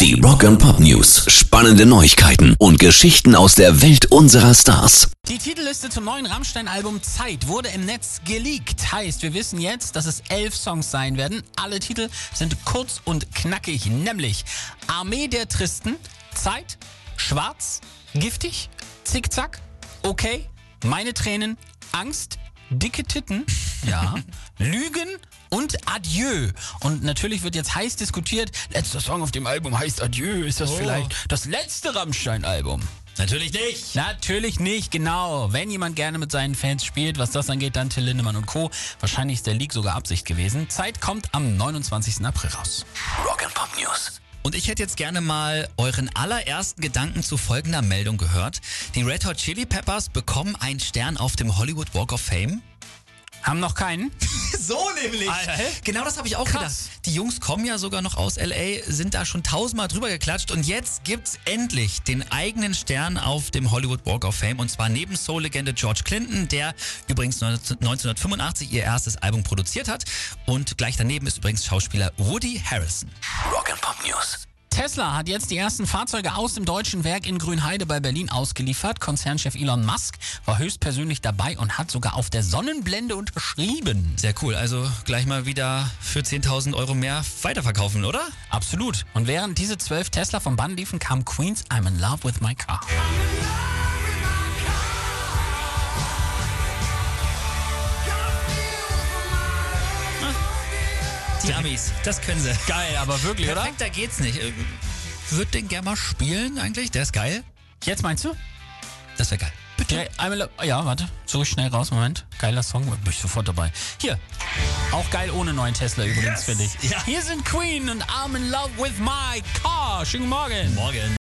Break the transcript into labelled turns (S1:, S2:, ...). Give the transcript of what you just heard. S1: Die Rock Pop News. Spannende Neuigkeiten und Geschichten aus der Welt unserer Stars.
S2: Die Titelliste zum neuen Rammstein-Album Zeit wurde im Netz geleakt. Heißt, wir wissen jetzt, dass es elf Songs sein werden. Alle Titel sind kurz und knackig, nämlich Armee der Tristen, Zeit, Schwarz, Giftig, Zickzack, Okay, Meine Tränen, Angst, Dicke Titten, ja, Lügen und Adieu. Und natürlich wird jetzt heiß diskutiert, letzter Song auf dem Album heißt Adieu. Ist das vielleicht das letzte Rammstein-Album?
S3: Natürlich nicht.
S2: Natürlich nicht, genau. Wenn jemand gerne mit seinen Fans spielt, was das angeht, dann Till Lindemann und Co. Wahrscheinlich ist der Leak sogar Absicht gewesen. Zeit kommt am 29. April raus.
S1: Rock Pop News.
S3: Und ich hätte jetzt gerne mal euren allerersten Gedanken zu folgender Meldung gehört. Die Red Hot Chili Peppers bekommen einen Stern auf dem Hollywood Walk of Fame.
S2: Haben noch keinen?
S3: So nämlich.
S2: Alter, hä?
S3: Genau das habe ich auch
S2: Krass.
S3: gedacht. Die Jungs kommen ja sogar noch aus LA, sind da schon tausendmal drüber geklatscht und jetzt gibt's endlich den eigenen Stern auf dem Hollywood Walk of Fame und zwar neben Soul-Legende George Clinton, der übrigens 19- 1985 ihr erstes Album produziert hat und gleich daneben ist übrigens Schauspieler Woody Harrison.
S1: Rock Pop News.
S2: Tesla hat jetzt die ersten Fahrzeuge aus dem deutschen Werk in Grünheide bei Berlin ausgeliefert. Konzernchef Elon Musk war höchstpersönlich dabei und hat sogar auf der Sonnenblende unterschrieben.
S3: Sehr cool, also gleich mal wieder für 10.000 Euro mehr weiterverkaufen, oder?
S2: Absolut. Und während diese zwölf Tesla vom Bann liefen, kam Queens I'm in love with my car.
S3: Die Amis, das können sie.
S2: Geil, aber wirklich,
S3: Perfekter geht's nicht. Ähm, Würd den gerne mal spielen eigentlich, der ist geil.
S2: Jetzt meinst du?
S3: Das wäre geil.
S2: Ja, I'm in love. Ja, warte. Suche ich schnell raus. Moment. Geiler Song. Bin ich sofort dabei. Hier. Auch geil ohne neuen Tesla übrigens, finde ich.
S3: Ja.
S2: Hier sind Queen und I'm in love with my car. Schönen guten Morgen.
S3: Morgen.